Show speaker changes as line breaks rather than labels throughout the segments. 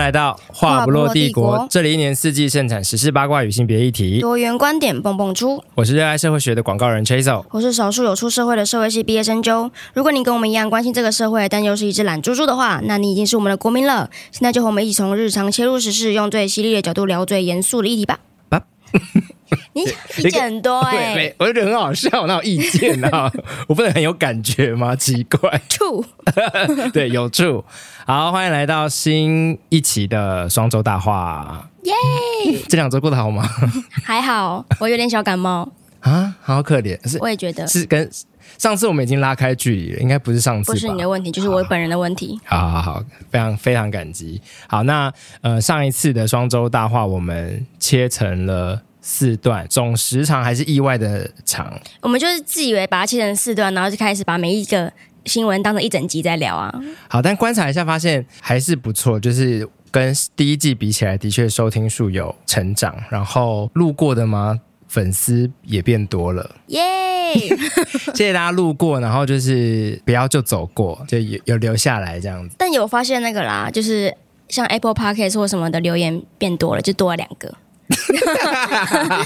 来到话不落帝
话不落帝
国
国，
这里一年四季盛产时事八卦与性别议题。
多元观点蹦蹦出，
我是热爱社会学的广告人 Chaseo。
我是少数有出社会的社会系毕业生啾。如果你跟我们一样关心这个社会，但又是一只懒猪猪的话，那你已经是我们的国民了。现在就和我们一起从日常切入时事，用最犀利的角度聊最严肃的议题吧。
啊
你意见很多哎、
对，没，我就觉得很好笑，那有意见 啊，我不能很有感觉吗？奇怪，
吐
对，有助。好，欢迎来到新一期的双周大话。
耶！
这两周过得好吗？
还好，我有点小感 冒，
啊，好可怜，是
我也觉得
是跟上次我们已经拉开距离了，应该不是上次
不
吧？
是你的问题，就是我本人的问题。
好好好，非常非常感激。好，那呃，上一次的双周大话我们切成了四段，总时长还是意外的长。
我们就是自以为把它切成四段，然后就开始把每一个新闻当成一整集在 聊啊。
好，但观察一下发现还是不错，就是跟第一季比起来，的确收听数有成长，然后路过的吗？粉丝也变多了，
耶、
谢谢大家路过，然后就是不要就走过，就有有留下来这样子。
但有发现那个啦，就是像 Apple Podcast 或什么的留言变多了，就多了两个，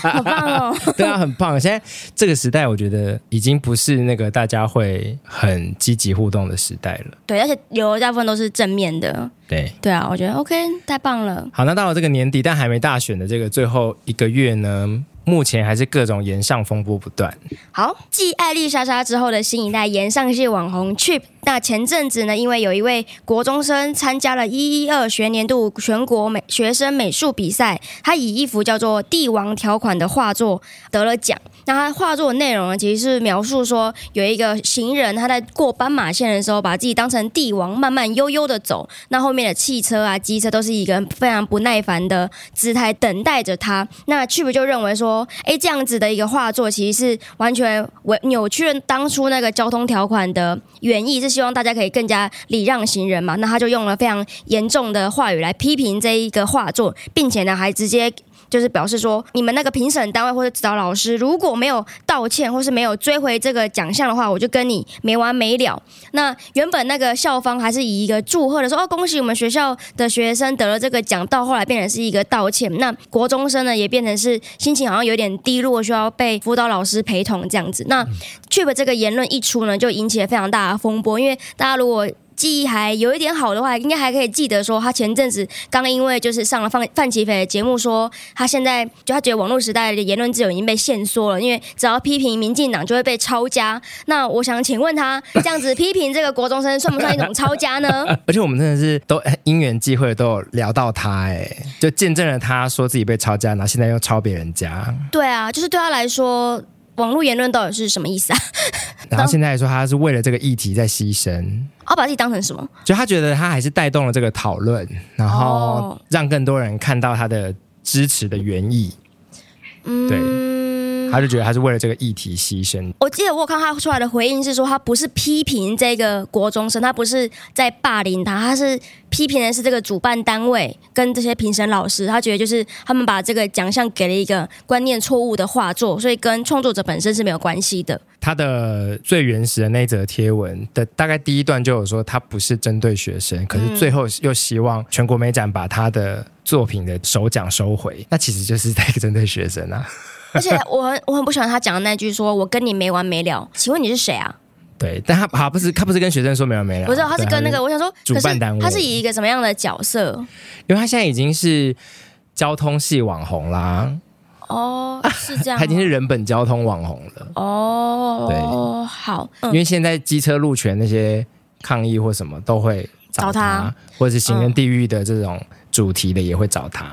好棒哦！
对啊，很棒！现在这个时代，我觉得已经不是那个大家会很积极互动的时代了。
对，而且留的大部分都是正面的，
对，
对啊，我觉得 OK，太棒了。
好，那到了这个年底，但还没大选的这个最后一个月呢，目前还是各种延上风波不断。
好，继艾丽莎莎之后的新一代岩上系网红 Chip，那前阵子呢，因为有一位国中生参加了一一二学年度全国美学生美术比赛，他以一幅叫做《帝王条款》的画作得了奖。那他画作的内容呢，其实是描述说有一个行人他在过斑马线的时候，把自己当成帝王，慢慢悠悠的走。那后面的汽车啊、机车都是一个非常不耐烦的姿态等待着他。那 Chip 就认为说，哎，这样子的一个画作其实是完全违扭曲了当初那个交通条款的原意，是希望大家可以更加礼让行人嘛。那他就用了非常严重的话语来批评这一个画作，并且呢还直接。就是表示说，你们那个评审单位或者指导老师如果没有道歉或是没有追回这个奖项的话，我就跟你没完没了。那原本那个校方还是以一个祝贺的说，哦，恭喜我们学校的学生得了这个奖，到后来变成是一个道歉。那国中生呢，也变成是心情好像有点低落，需要被辅导老师陪同这样子。那 Chip 这个言论一出呢，就引起了非常大的风波，因为大家如果记忆还有一点好的话，应该还可以记得说，他前阵子刚因为就是上了范范琪斐的节目说，他现在就他觉得网络时代的言论自由已经被限缩了，因为只要批评民进党就会被抄家。那我想请问他，这样子批评这个国中生算不算一种抄家呢？
而且我们真的是都哎因缘际会都有聊到他、哎，就见证了他说自己被抄家，然后现在又抄别人家，
对啊，就是对他来说，网络言论到底是什么意思啊？
然后现在还说他是为了这个议题在牺牲。
我啊把自己当成什么？
就他觉得他还是带动了这个讨论，然后
哦
让更多人看到他的支持的原意，
嗯，
他就觉得他是为了这个议题牺牲。
我记得我有看他出来的回应是说，他不是批评这个国中生，他不是在霸凌他，他是批评的是这个主办单位跟这些评审老师，他觉得就是他们把这个奖项给了一个观念错误的画作，所以跟创作者本身是没有关系 的。
他的最原始的那则贴文的大概第一段就有说，他不是针对学生，可
嗯
是最后又希望全国美展把他的作品的首奖收回，那其实就是在针对学生啊。
而且我很我很不喜欢他讲的那句说“我跟你没完没了”，请问你是谁 啊？
对，但他好不是他不是跟学生说没完没了，
不是，他是
对
跟那个，我想说，
主
可
办
是
单位
他是以一个什么样的角色？
因为他现在已经是交通系网红啦，
哦，是这样
他
吗，
已经是人本交通网红了。
哦，好，嗯
因为现在机车路权那些抗议或什么都会找
找他嗯
或者是行人地狱的这种主题的也会找他。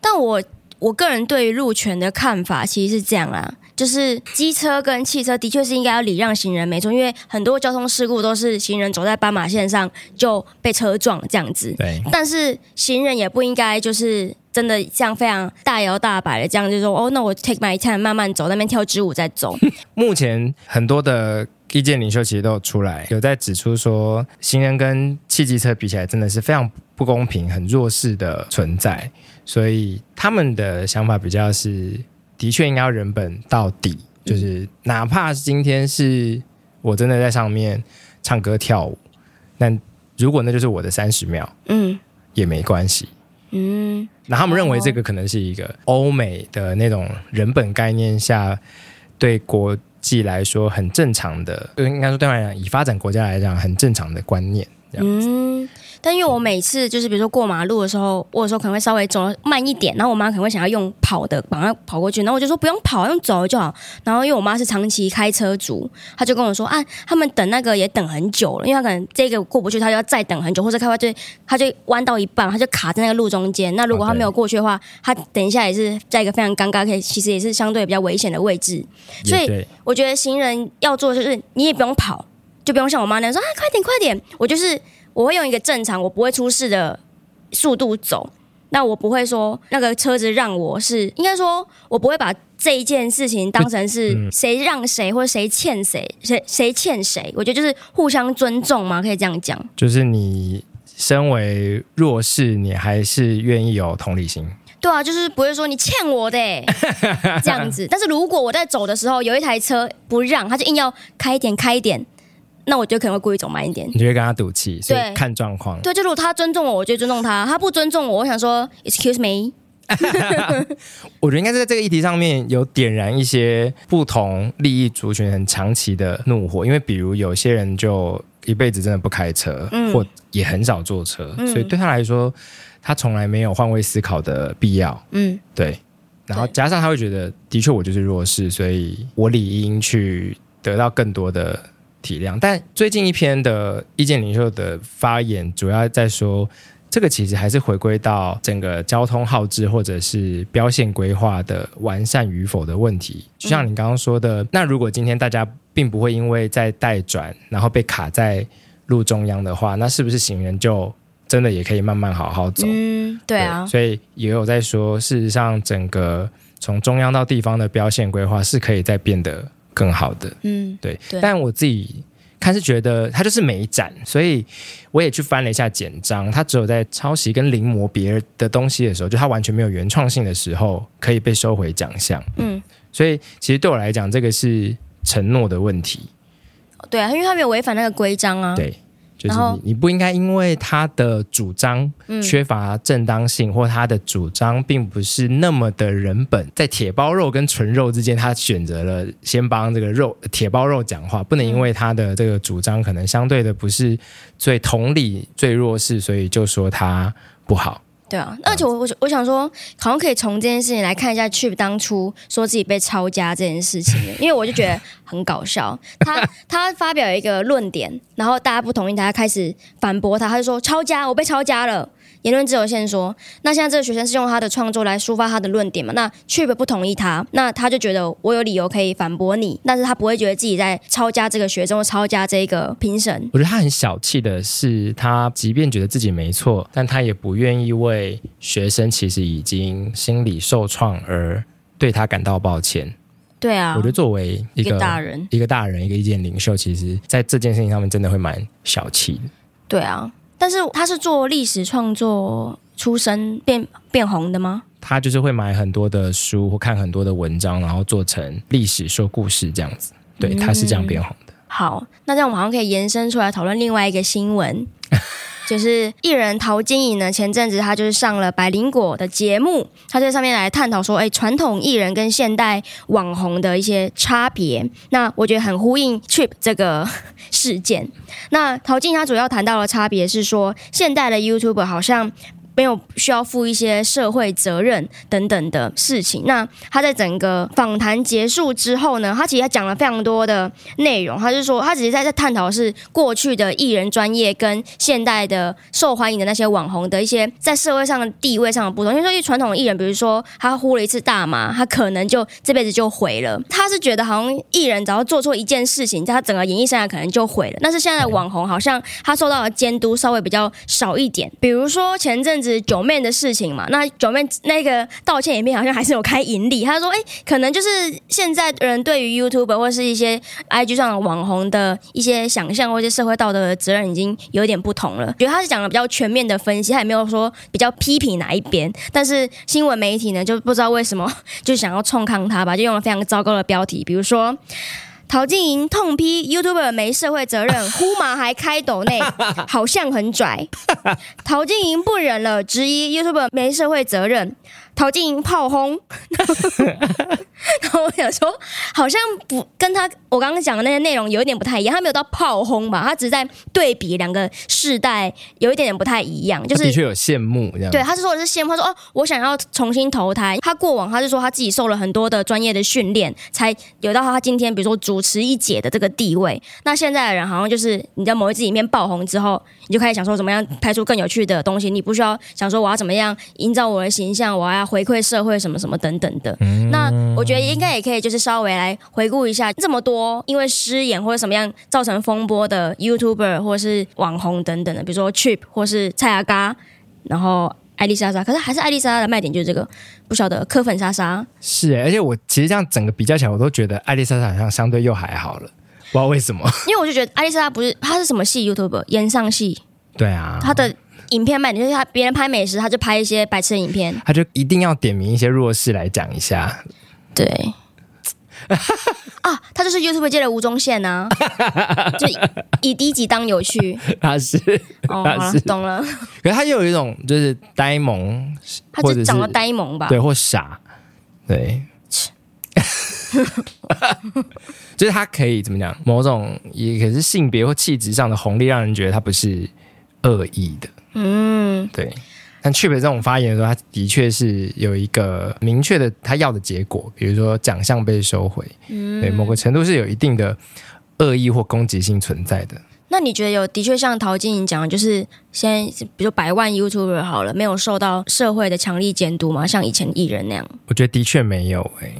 但我我个人对于路权的看法其实是这样啦，就是机车跟汽车的确是应该要礼让行人，没错，因为很多交通事故都是行人走在斑马线上就被车撞这样子。
对，
但是行人也不应该就是真的这样非常大摇大摆的这样就说哦，那我 take my time 慢慢走，那边跳支舞再走。
目前很多的意见领袖其实都有出来，有在指出说，行人跟汽机车比起来，真的是非常不公平、很弱势的存在。所以他们的想法比较是，的确应该要人本到底，就是哪怕今天是我真的在上面唱歌跳舞，那如果那就是我的三十秒，
嗯，
也没关系。
嗯，
那他们认为这个可能是一个欧美的那种人本概念下对国际来说很正常的，就应该说对他们来讲，以发展国家来讲很正常的观念。这样
嗯，但因为我每次就是比如说过马路的时候，我有时候可能会稍微走慢一点，然后我妈可能会想要用跑的马上跑过去，然后我就说不用跑，用走的就好。然后因为我妈是长期开车族，她就跟我说啊，他们等那个也等很久了，因为她可能这个过不去，她就要再等很久，或者开过去，她就弯到一半，她就卡在那个路中间。那如果她没有过去的话，她等一下也是在一个非常尴尬，可以其实也是相对比较危险的位置。所以
也对，
我觉得行人要做的就是，你也不用跑，就不用像我妈那样说啊，快点快点。我就是我会用一个正常，我不会出事的速度走。那我不会说那个车子让我是，应该说我不会把这一件事情当成是谁让谁或者谁欠谁，谁谁欠谁。我觉得就是互相尊重嘛，可以这样讲。
就是你身为弱势，你还是愿意有同理心。
对啊，就是不会说你欠我的、欸、这样子。但是如果我在走的时候有一台车不让，他就硬要开一点开一点，那我就可能会故意走慢一点。
你就会跟他赌气，所以
对
看状况。
对，就如果他尊重我，我就尊重他；他不尊重我，我想说 excuse me。
我觉得应该是在这个议题上面有点燃一些不同利益族群很长期的怒火，因为比如有些人就一辈子真的不开车，
嗯
或也很少坐车，
嗯
所以对他来说，他从来没有换位思考的必要。
嗯，
对，然后加上他会觉得，的确我就是弱势，所以我理应去得到更多的体谅。但最近一篇的意见领袖的发言，主要在说。这个其实还是回归到整个交通耗资或者是标线规划的完善与否的问题。就像你刚刚说的，那如果今天大家并不会因为在待转，然后被卡在路中央的话，那是不是行人就真的也可以慢慢好好走？
嗯，对啊，
所以也有在说，事实上整个从中央到地方的标线规划是可以再变得更好的，
嗯，
对。
对
但我自己看是觉得它就是美展，所以我也去翻了一下简章，它只有在抄袭跟临摹别人的东西的时候，就它完全没有原创性的时候，可以被收回奖项。
嗯，
所以其实对我来讲，这个是承诺的问题，
对啊，因为他没有违反那个规章啊。
对。就是
然后
你，你不应该因为他的主张
嗯，
缺乏正当性，或他的主张并不是那么的人本，在铁包肉跟纯肉之间，他选择了先帮这个肉铁包肉讲话，不能因为他的这个主张可能相对的不是最同理、最弱势，所以就说他不好。
对啊，而且我我我想说，好像可以从这件事情来看一下 Chip 当初说自己被抄家这件事情，因为我就觉得很搞笑。 他他发表一个论点，然后大家不同意他，他开始反驳他，他就说抄家，我被抄家了。言论自由线说，那现在这个学生是用他的创作来抒发他的论点嘛？那 Chip 不同意他，那他就觉得我有理由可以反驳你，但是他不会觉得自己在抄家这个学生或抄家这个评审。
我觉得他很小气的是，他即便觉得自己没错，但他也不愿意为学生其实已经心理受创而对他感到抱歉。
对啊，
我觉得作为一
一个
个
大人，
一个大人，一个意见领袖，其实在这件事情上面真的会蛮小气的。
对啊，但是他是做历史创作出身变变红的吗？
他就是会买很多的书或看很多的文章，然后做成历史说故事这样子。
嗯
对，他是这样变红的。
好，那这样我们好像可以延伸出来讨论另外一个新闻，就是艺人陶晶莹呢，前阵子她就是上了百灵果的节目，她在上面来探讨说，哎，传统艺人跟现代网红的一些差别。那我觉得很呼应 Trip 这个事件。那陶晶莹她主要谈到的差别是说，现代的 YouTuber 好像。没有需要负一些社会责任等等的事情。那她在整个访谈结束之后呢，她其实还讲了非常多的内容，他是说他只是在在探讨是过去的艺人专业跟现代的受欢迎的那些网红的一些在社会上的地位上的不同。因为说，因为传统艺人，比如说他呼了一次大麻，他可能就这辈子就毁了。他是觉得好像艺人只要做错一件事情，他整个演艺生涯可能就毁了。但是现在的网红好像他受到的监督稍微比较少一点，比如说前阵子九妹的事情嘛，那九妹那个道歉影片好像还是有开盈利，他说哎、可能就是现在人对于 YouTube 或是一些 IG 上的网红的一些想象或一些社会道德的责任已经有点不同了。觉得他是讲的比较全面的分析，他也没有说比较批评哪一边。但是新闻媒体呢，就不知道为什么就想要冲康他吧，就用了非常糟糕的标题，比如说。陶晶莹痛批 YouTuber 没社会责任，呼麻还开抖内，好像很拽。陶晶莹不忍了，质疑 YouTuber 没社会责任。陶晶莹炮轰，然后我想说，好像不跟他我刚刚讲的那些内容有一点不太一样，他没有到炮轰吧，他只是在对比两个世代有一点点不太一样，就
的
是
确有羡慕这样。
对，，他是说的是羡慕，他说哦，我想要重新投胎。他过往他是说他自己受了很多的专业的训练，才有到他今天比如说主持一姐的这个地位。那现在的人好像就是你在某一支影片爆红之后，你就开始想说怎么样拍出更有趣的东西，你不需要想说我要怎么样营造我的形象，我要回馈社会什么什么等等的。
嗯
那我觉得应该也可以就是稍微来回顾一下这么多因为失言或者什么样造成风波的 YouTuber 或是网红等等的，比如说 Chip 或是蔡阿嘎，然后艾丽莎莎，可是还是艾丽莎莎的卖点就是这个，不晓得科粉莎莎，
是耶，而且我其实这样整个比较起来，我都觉得艾丽莎莎好像相对又还好了，不知道为 什么。
因为我就觉得艾丽莎莎不是她是什么系 YouTube 演上系，
对啊，
她的影片卖点就是她别人拍美食，她就拍一些白痴的影片，
他就一定要点名一些弱势来讲一下，
对。 啊，她就是 YouTube 界的吴宗 宪呐、就以低级当有趣
他是，
哦，好了
是，
懂了，
可是他又有一种就是呆萌，
她
或者
就是长得呆萌吧？
对，或傻，对， 就是他可以怎么讲，某种也可是性别或气质上的红利，让人觉得他不是恶意的，
嗯，
对。但去北这种发言的时候，他的确是有一个明确的他要的结果，比如说奖项被收回，对，某个程度是有一定的恶意或攻击性存在的。
那你觉得有的确像陶晶莹讲的，就是现在比如百万 YouTuber 好了，没有受到社会的强力监督吗？像以前艺人那样？
我觉得的确没有欸诶、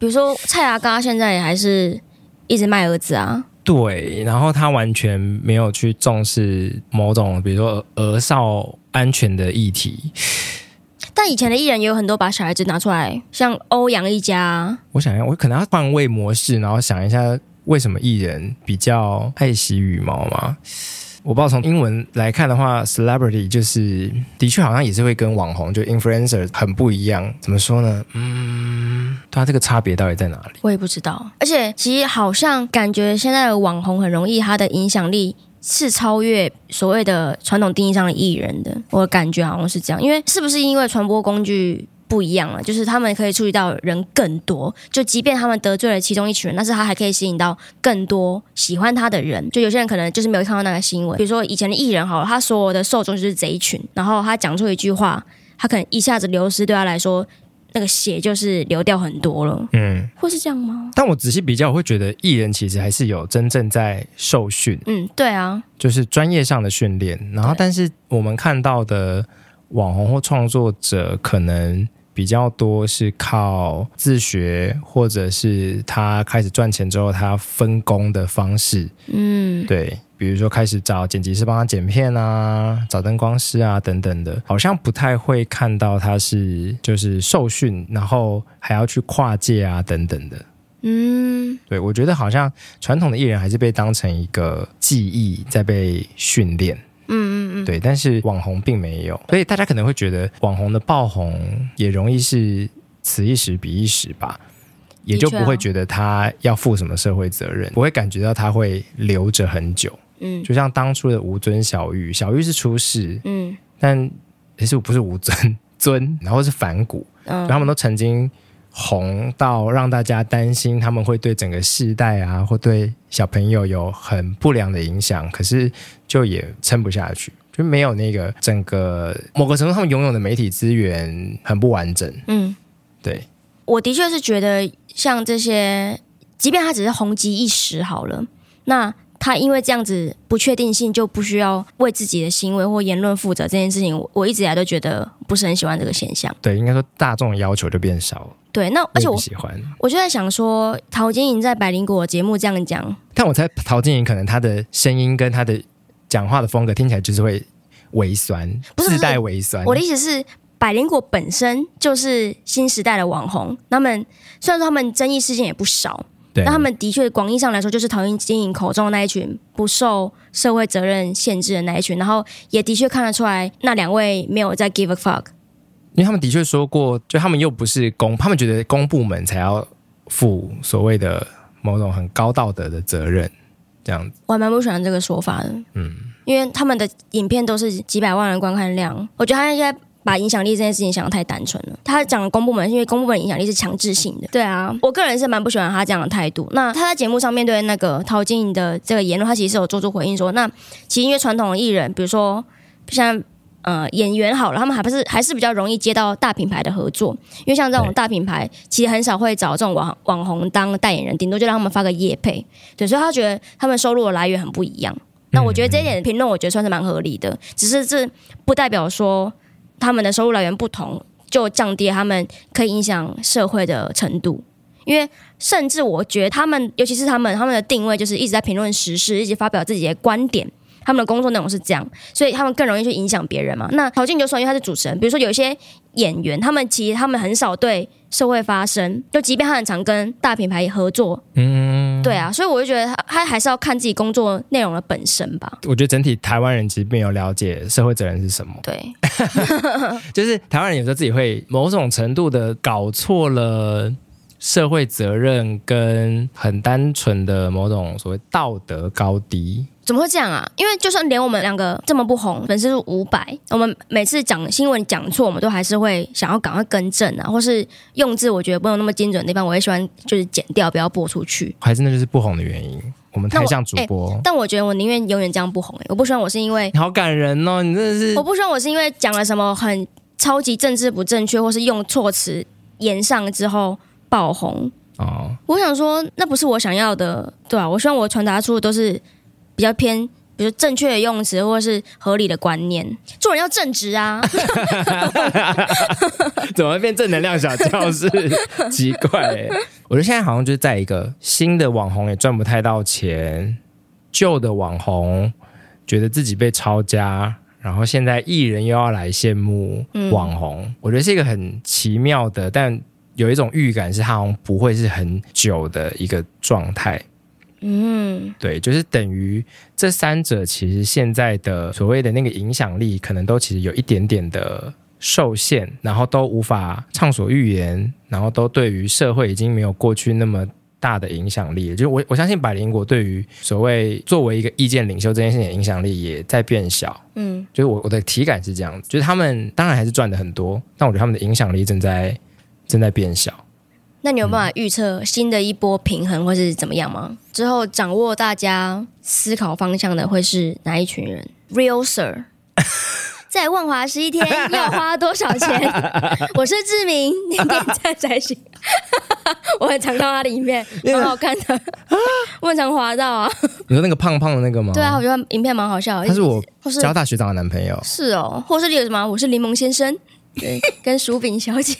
比如说蔡阿嘎现在也还是一直卖儿子啊，
对，然后他完全没有去重视某种，比如说儿少安全的议题。
但以前的艺人也有很多把小孩子拿出来，像欧阳一家啊，
我想要，我可能要换位模式，然后想一下为什么艺人比较爱惜羽毛嘛？我不知道从英文来看的话，celebrity 就是的确好像也是会跟网红就 influencer 很不一样。怎么说呢？嗯，它这个差别到底在哪里？
我也不知道。而且其实好像感觉现在的网红很容易，他的影响力。是超越所谓的传统定义上的艺人的，我的感觉好像是这样，因为是不是因为传播工具不一样了，啊就是他们可以触及到人更多，就即便他们得罪了其中一群人，但是他还可以吸引到更多喜欢他的人。就有些人可能就是没有看到那个新闻，比如说以前的艺人好了，他所有的受众就是这一群，然后他讲出一句话，他可能一下子流失，对他来说那个血就是流掉很多了，
嗯，
会是这样吗？
但我仔细比较，我会觉得艺人其实还是有真正在受训，
嗯，对啊，
就是专业上的训练，然后
对
但是我们看到的网红或创作者可能比较多是靠自学，或者是他开始赚钱之后，他分工的方式，
嗯，
对，比如说开始找剪辑师帮他剪片啊，找灯光师啊等等的，好像不太会看到他是就是受训，然后还要去跨界啊等等的。
嗯，
对，我觉得好像传统的艺人还是被当成一个技艺在被训练。嗯嗯嗯，对，但是网红并没有，所以大家可能会觉得网红的爆红也容易是此一时彼一时吧，也就
的确啊
不会觉得他要负什么社会责任，不会感觉到他会留着很久。
嗯
就像当初的吴尊、小玉，小玉是出事，
嗯，
但其实不是吴尊尊，然后是反骨，
嗯
就他们都曾经红到让大家担心他们会对整个世代啊，或对小朋友有很不良的影响，可是就也撑不下去。就没有那个整个某个程度，他们拥有的媒体资源很不完整，
嗯，
对，
我的确是觉得像这些，即便他只是红极一时好了，那他因为这样子不确定性，就不需要为自己的行为或言论负责这件事情，我我一直以来都觉得不是很喜欢这个现象。
对，应该说大众的要求就变少了，
对，那而且
也
我
不喜欢。
我就在想说，陶晶莹在百灵果节目这样讲，
但我猜陶晶莹可能她的声音跟她的讲话的风格听起来就是会微酸，
不是不
自
是
带微酸。
我的意思是，百灵果本身就是新时代的网红，他们虽然说他们争议事件也不少，
对
但他们的确广义上来说，就是陶晶莹口中的那一群不受社会责任限制的那一群，然后也的确看得出来，那两位没有在 give a fuck。
因为他们的确说过，就他们又不是公，他们觉得公部门才要负所谓的某种很高道德的责任，这样子。
我还蛮不喜欢这个说法的，
嗯，
因为他们的影片都是几百万人观看量，我觉得他现在把影响力这件事情想的太单纯了。他讲的公部门，因为公部门影响力是强制性的，对啊，我个人是蛮不喜欢他这样的态度。那他在节目上面对那个陶晶莹的这个言论，他其实是有做出回应说，那其实因为传统的艺人，比如说像。呃，演员好了，他们还不是还是比较容易接到大品牌的合作，因为像这种
对
大品牌，其实很少会找这种网网红当代言人，顶多就让他们发个业配。对，所以他觉得他们收入的来源很不一样。那我觉得这一点评论，我觉得算是蛮合理的，只是这不代表说他们的收入来源不同就降低了他们可以影响社会的程度。因为甚至我觉得他们，尤其是他们，他们的定位就是一直在评论时事，一直发表自己的观点。他们的工作内容是这样，所以他们更容易去影响别人嘛。那陶晶莹就说，因为他是主持人，比如说有一些演员，他们其实他们很少对社会发声，就即便他很常跟大品牌合作，
嗯，
对啊，所以我就觉得他他还是要看自己工作内容的本身吧。
我觉得整体台湾人其实没有了解社会责任是什么，
对，
就是台湾人有时候自己会某种程度的搞错了社会责任跟很单纯的某种所谓道德高低。
怎么会这样啊？因为就算连我们两个这么不红，粉丝数五百，我们每次讲新闻讲错，我们都还是会想要赶快更正啊，或是用字我觉得不能那么精准的地方，我也喜欢就是剪掉，不要播出去。
还是那就是不红的原因。我们台上主播，
但我觉得我宁愿永远这样不红、欸，我不希望我是因为
你好感人哦！你真的是
我不希望我是因为讲了什么很超级政治不正确，或是用措辞言上之后爆红。
哦，
我想说，那不是我想要的，对啊吧、我希望我传达出的都是比较偏，比如正确的用词或者是合理的观念。做人要正直啊，
怎么会变正能量小教室？奇怪、欸，我觉得现在好像就是在一个新的网红也赚不太到钱，旧的网红觉得自己被抄家，然后现在艺人又要来羡慕
嗯
网红，我觉得是一个很奇妙的，但有一种预感是它好像不会是很久的一个状态。
嗯，
对，就是等于这三者其实现在的所谓的那个影响力，可能都其实有一点点的受限，然后都无法畅所欲言，然后都对于社会已经没有过去那么。大的影响力，就是我我相信百灵果对于所谓作为一个意见领袖这件事情的影响力也在变小，
嗯，
就是我我的体感是这样，就是他们当然还是赚的很多，但我觉得他们的影响力正在正在变小。
那你有办法预测新的一波平衡会是怎么样吗？之后掌握大家思考方向的会是哪一群人？Real Sir，在万华十一天要花多少钱？我是志明，你点赞才行。 我很常看他的影片，蛮好看的， 我很常滑到啊。
你说那个胖胖的那个吗？
对啊，我觉得影片蛮好笑的。
哦他是我
或是
交大学长的男朋友。
是哦，或是有什么？我是柠檬先生，对， 跟薯饼小 姐。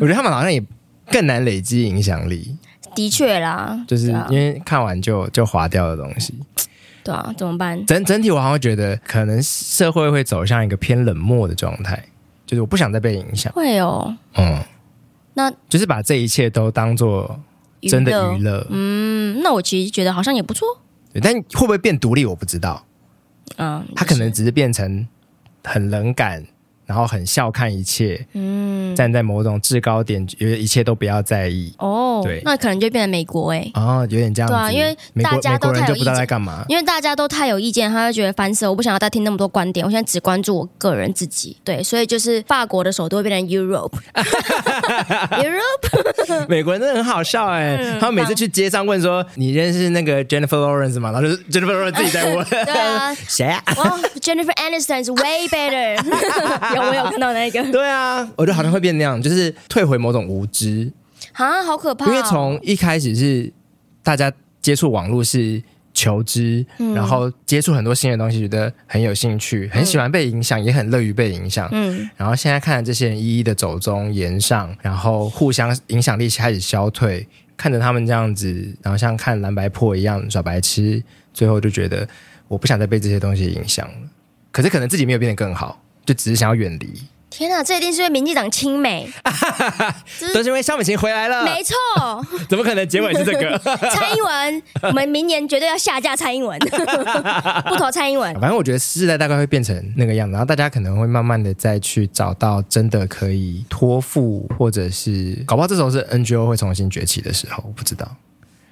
我觉得他们好像也更难累积影响力，
的确啦，
就是
对啊
因为看完就就划掉的东西。
对啊，怎么办？
整整体我好像觉得，可能社会会走向一个偏冷漠的状态，就是我不想再被影响。
会哦，
嗯，
那
就是把这一切都当做
娱
真的
乐
娱乐。
嗯，那我其实觉得好像也不错。
对但会不会变独立，我不知道。
嗯，
他可能只是变成很冷感，然后很笑看一切，
嗯
站在某种制高点，觉得一切都不要在意。
哦
对，
那可能就变成美国哎、欸。
哦，有点这样子。
对啊因为
美国
大家
美
都
国人
太
就
有
不知道
意见
在干嘛。
因为大家都太有意见，他会觉得烦死了。我不想要再听那么多观点，我现在只关注我个人自己。对，所以就是法国的首都会变成 Europe，Europe
美国人真的很好笑哎、
嗯
他们每次去街上问说：“你认识那个 Jennifer Lawrence 吗？”然后就是 Jennifer Lawrence 自己在问
对啊，
谁啊？
哇、j e n n i f e r Aniston is way better，有我有看到那一个
对啊，我觉得好像会变那样，就是退回某种无知，
啊，好可怕、哦！
因为从一开始是大家接触网络是求知，
嗯
然后接触很多新的东西，觉得很有兴趣，很喜欢被影响，也很乐于被影响。
嗯
然后现在看这些人一一的走中言上，然后互相影响力开始消退，看着他们这样子，然后像看蓝白破一样耍白痴，最后就觉得我不想再被这些东西影响了。可是可能自己没有变得更好，就只是想要远离。
天哪，这一定是因为民进党亲美，
都是因为萧美琴回来了，
没错，
怎么可能结尾是这个？
蔡英文，我们明年绝对要下架蔡 英文，不投蔡英文。
反正我觉得世代大概会变成那个样子，然后大家可能会慢慢的再去找到真的可以托付，或者是搞不好这时候是 NGO 会重新崛起的时候，我不知道。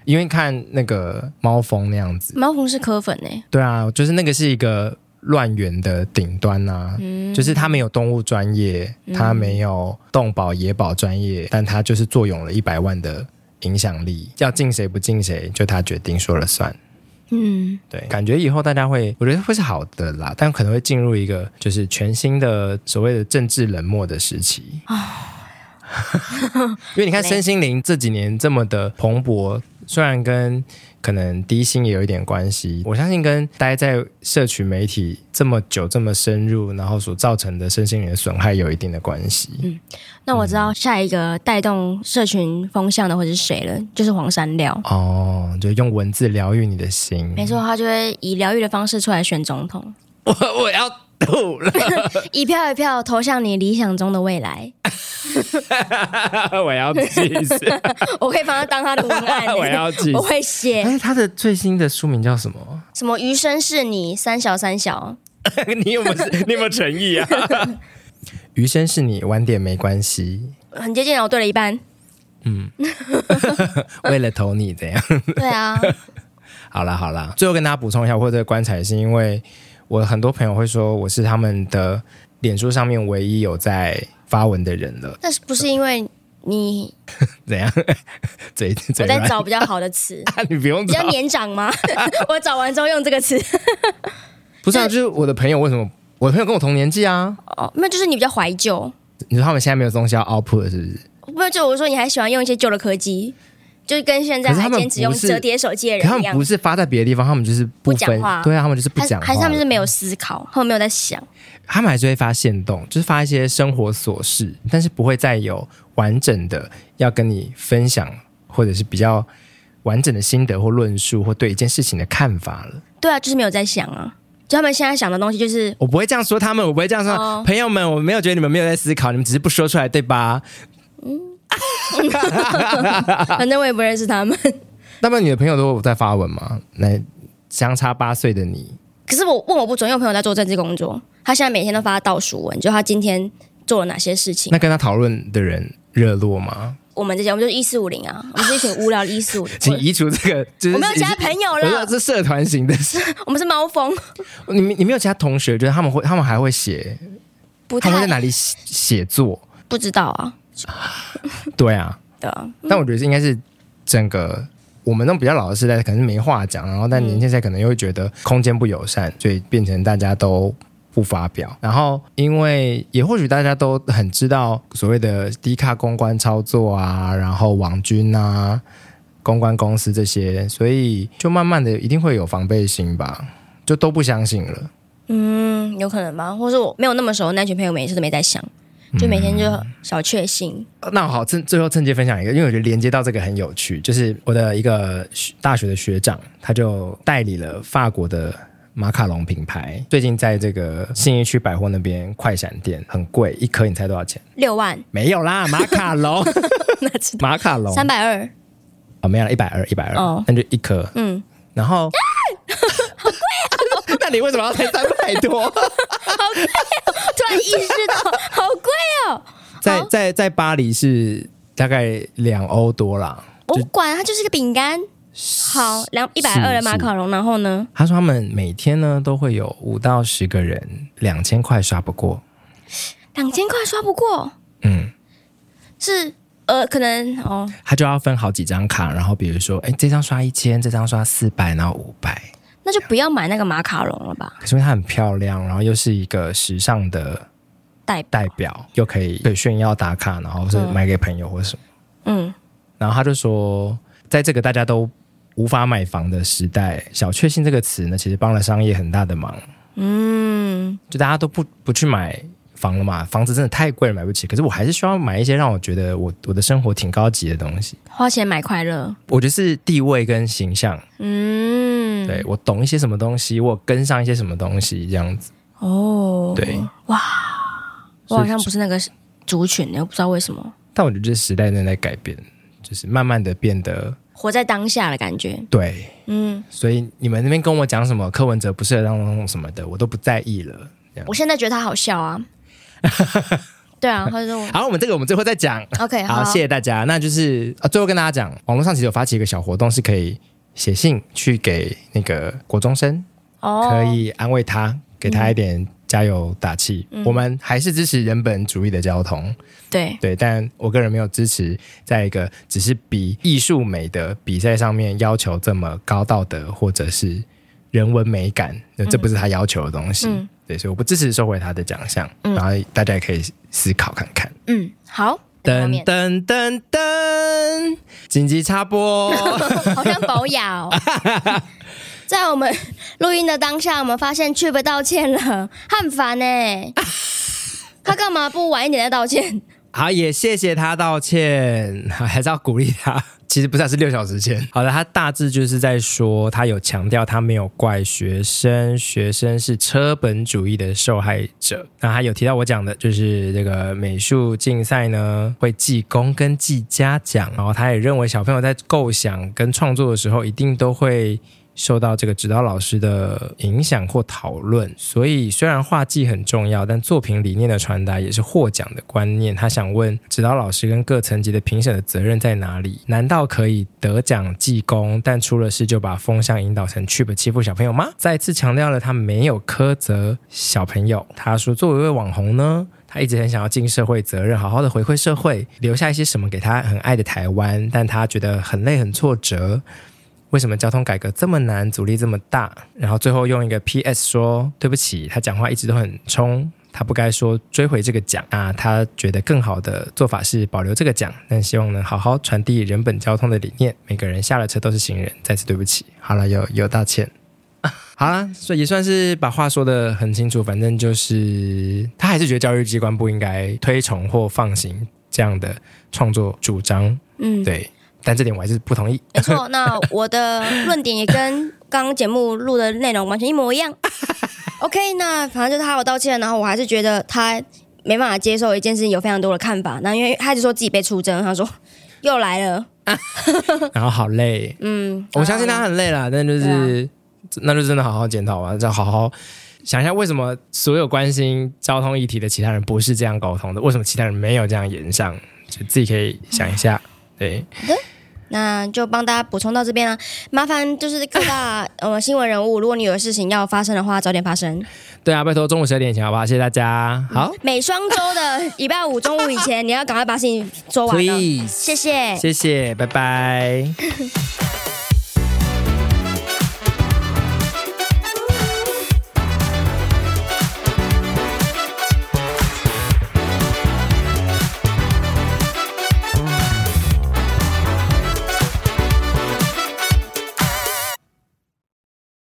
因为看那个猫风那样子，
猫红是柯粉呢、欸
对啊，就是那个是一个乱源的顶端啊，就是它没有动物专业，它没有动保野保专业，但它就是坐拥了一百万的影响力，要进谁不进谁，就他决定说了算。
嗯，
对，感觉以后大家会，我觉得会是好的啦，但可能会进入一个就是全新的所谓的政治冷漠的时期。 因为你看
累
身心灵这几年这么的蓬勃，虽然跟可能低薪也有一点关系，我相信跟待在社群媒体这么久、这么深入，然后所造成的身心灵的损害有一定的关系。
那我知道下一个带动社群风向的会是谁了，就是黄山料。
哦，就用文字疗愈你的心。
没错，他就会以疗愈的方式出来选总统，
我我要吐了，
一票一票投向你理想中的未来。
我要气死，
我可以帮他当他的文案、欸
我要气死
我。会写
哎，他的最新的书名叫什么？
什么余生是你三小三小，
你有没有你有没有诚意 啊？余生是你，晚点没关系。
很接近了，我对了 一半。
为了投你怎样？
对啊，
好啦好啦，最后跟大家补充一下，或者观察是因为我很多朋友会说我是他们的脸书上面唯一有在发文的人了，
但是不是因为你
怎样？ 嘴
我
嘴
在
软，
找比较好的词，
你不用
比较
找，
年长 吗？我找完之后用这个词，
不是啊？就是我的朋友为什么？我的朋友跟我同年纪啊，
哦，那就是你比较怀旧，
你说他们现在没有东西要 output 了是不是？
不是就我说你还喜欢用一些旧的科技，就是跟现在
可是
还
他们
坚持用
不是
折叠手机的
可他
人一
们
样
不，是发在别的地方，他们就是
不讲
分，
话
对啊，他们就是不
还是
讲话
还是他们
了
是没有思考，他们没有在想，
他们还是会发现动，就是发一些生活琐事，但是不会再有完整的要跟你分享，或者是比较完整的心得或论述或对一件事情的看法了。
对啊，就是没有在想啊，就他们现在想的东 西就是
我不会这样说他们，我不会这样说、
哦
朋友们，我没有觉得你们没有在思考，你们只是不说出来，对吧？
反正我也不认识他们。
那么你的朋友都有在发文吗？那相差八岁的你，
可是我问我不准，因为我朋友在做政治工作，他现在每天都发倒数文，就他今天做了哪些事情。
那跟他讨论的人热络吗？
我们这些我们就是一四五零啊，我们是一群无聊的一四五零。
请移除这个，就是
我没有其他朋友
我说
了，
这社团型的，
我们是猫风，
你们你没有其他同学，就是他们会，他们还会写
不
他们在
太
哪里写写作？
不知道啊。
对啊，
对啊，
但我觉得应该是整个我们那种比较老的时代，可能是没话讲，然后但年轻时代可能又会觉得空间不友善，所以变成大家都。不发表，然后因为也或许大家都很知道所谓的低卡公关操作啊，然后网军啊、公关公司这些，所以就慢慢的一定会有防备心吧，就都不相信了。
嗯，有可能吧，或是我没有那么熟的那群朋友，每次都没在想，
嗯
就每天就小确幸。
那好，趁最后趁机分享一个，因为我觉得连接到这个很有趣，就是我的一个学大学的学长，他就代理了法国的马卡龙品牌，最近在这个信义区百货那边快闪店很贵，一颗你猜多少钱？
六万，
没有啦，马卡 龙，马卡龙
三百二，
哦，没有了，一百二，一百二
哦，
那就一颗，
嗯，
然后。
啊
那你为什么要猜三百 多？
突然意识 到好贵哦。
在在在巴黎是大概两欧多啦。
我管它就是个饼干，好两一百二的马卡龙，然后呢，
他说他们每天呢都会有五到十个人，两千块刷不过。
两千块刷不过，
嗯，
是呃可能哦，
他就要分好几张卡，然后比如说，哎，这张刷一千，这张刷四百，然后五百。
那就不要买那个马卡龙了吧，
可是因为它很漂亮，然后又是一个时尚的
代
代表，又可以可以炫耀打卡，然后是买给朋友或什么。
嗯，
然后他就说，在这个大家都无法买房的时代，“小确幸”这个词呢，其实帮了商业很大的忙。嗯，就大家都不不去买房了嘛，房子真的太贵了，买不起。可是我还是需要买一些让我觉得我我的生活挺高级的东西。
花钱买快乐，
我觉得是地位跟形象，
嗯，
对我懂一些什么东西，我有跟上一些什么东西这样子。
哦，
对，
我好像不是那个族群，我不知道为什么，
但我觉得这时代正在改变，就是慢慢的变得
活在当下的感觉，
对。
嗯，
所以你们那边跟我讲什么柯文哲
嗯
不适合当总统什么的，我都不在意了。
我现在觉得他好笑啊，对啊，他就说
好，我们这个我们最后再讲。
OK，
好，
好，
谢谢大家。那就是啊，最后跟大家讲，网络上其实有发起一个小活动，是可以写信去给那个国中生，
哦，
可，以安慰他，给他一点加油打气。
嗯
我们还是支持人本主义的交通，
对，
对，但我个人没有支持在一个只是比艺术美的比赛上面要求这么高道德或者是人文美感，那这不是他要求的东西。
嗯
对，所以我不支持收回他的奖项，
嗯
然后大家也可以思考看看。
嗯，好，后
噔
面
噔噔噔，紧急插播。
好像保雅 哦。在我们 录音的当下，我们发现 Trip 道歉了，他很烦呢、 他干嘛不晚一点再道歉？
好，也谢谢他道歉， 还是要鼓励他。其实不是啊，是六小时前。好的，他大致就是在说，他有强调他没有怪学生，学生是车本主义的受害者。那他有提到我讲的，就是这个美术竞赛呢会记功跟记嘉奖，然后他也认为小朋友在构想跟创作的时候，一定都会受到这个指导老师的影响或讨论，所以虽然画技很重要，但作品理念的传达也是获奖的观念。他想问指导老师跟各层级的评审的责任在哪里？难道可以得奖记功，但出了事就把风向引导成去不欺负小朋友吗？再次强调了他没有苛责小朋友。他说，作为一位网红呢，他一直很想要尽社会责任，好好的回馈社会，留下一些什么给他很爱的台湾，但他觉得很累、很挫折。为什么交通改革这么难，阻力这么大？然后最后用一个 P.S. 说：“对不起，他讲话一直都很冲，他不该说追回这个奖啊。他觉得更好的做法是保留这个奖，但希望能好好传递人本交通的理念。每个人下了车都是行人，再次对不起。好了，有有道歉。”好啦，所以也算是把话说的很清楚。反正就是他还是觉得教育机关不应该推崇或放行这样的创作主张，
嗯，
对。但这点我还是不同 意。
没错。那我的论点也跟刚刚节目录的内容完全一模 一样。OK，那反正就是他有道歉，然后我还是觉得他没办法接受一件事情，有非常多的看法。那因为他就说自己被出征，他说又来了，
然后好累，
嗯，
我相信他很累啦，但就是、那就真的好好检讨吧，就好好想一下为什么所有关心交通议题的其他人不是这样沟通的，为什么其他人没有这样言上，就自己可以想一下。对，
那就帮大家补充到这边啦、麻烦就是各大呃新闻人物，如果你有事情要发生的话，早点发生。
对啊，拜托中午十二点以前好不好？谢谢大家，好、
每双周的 礼拜五中 午以前，你要赶快把事情做
p l
完
e
了。
a s
谢谢
e 谢谢，拜拜。
「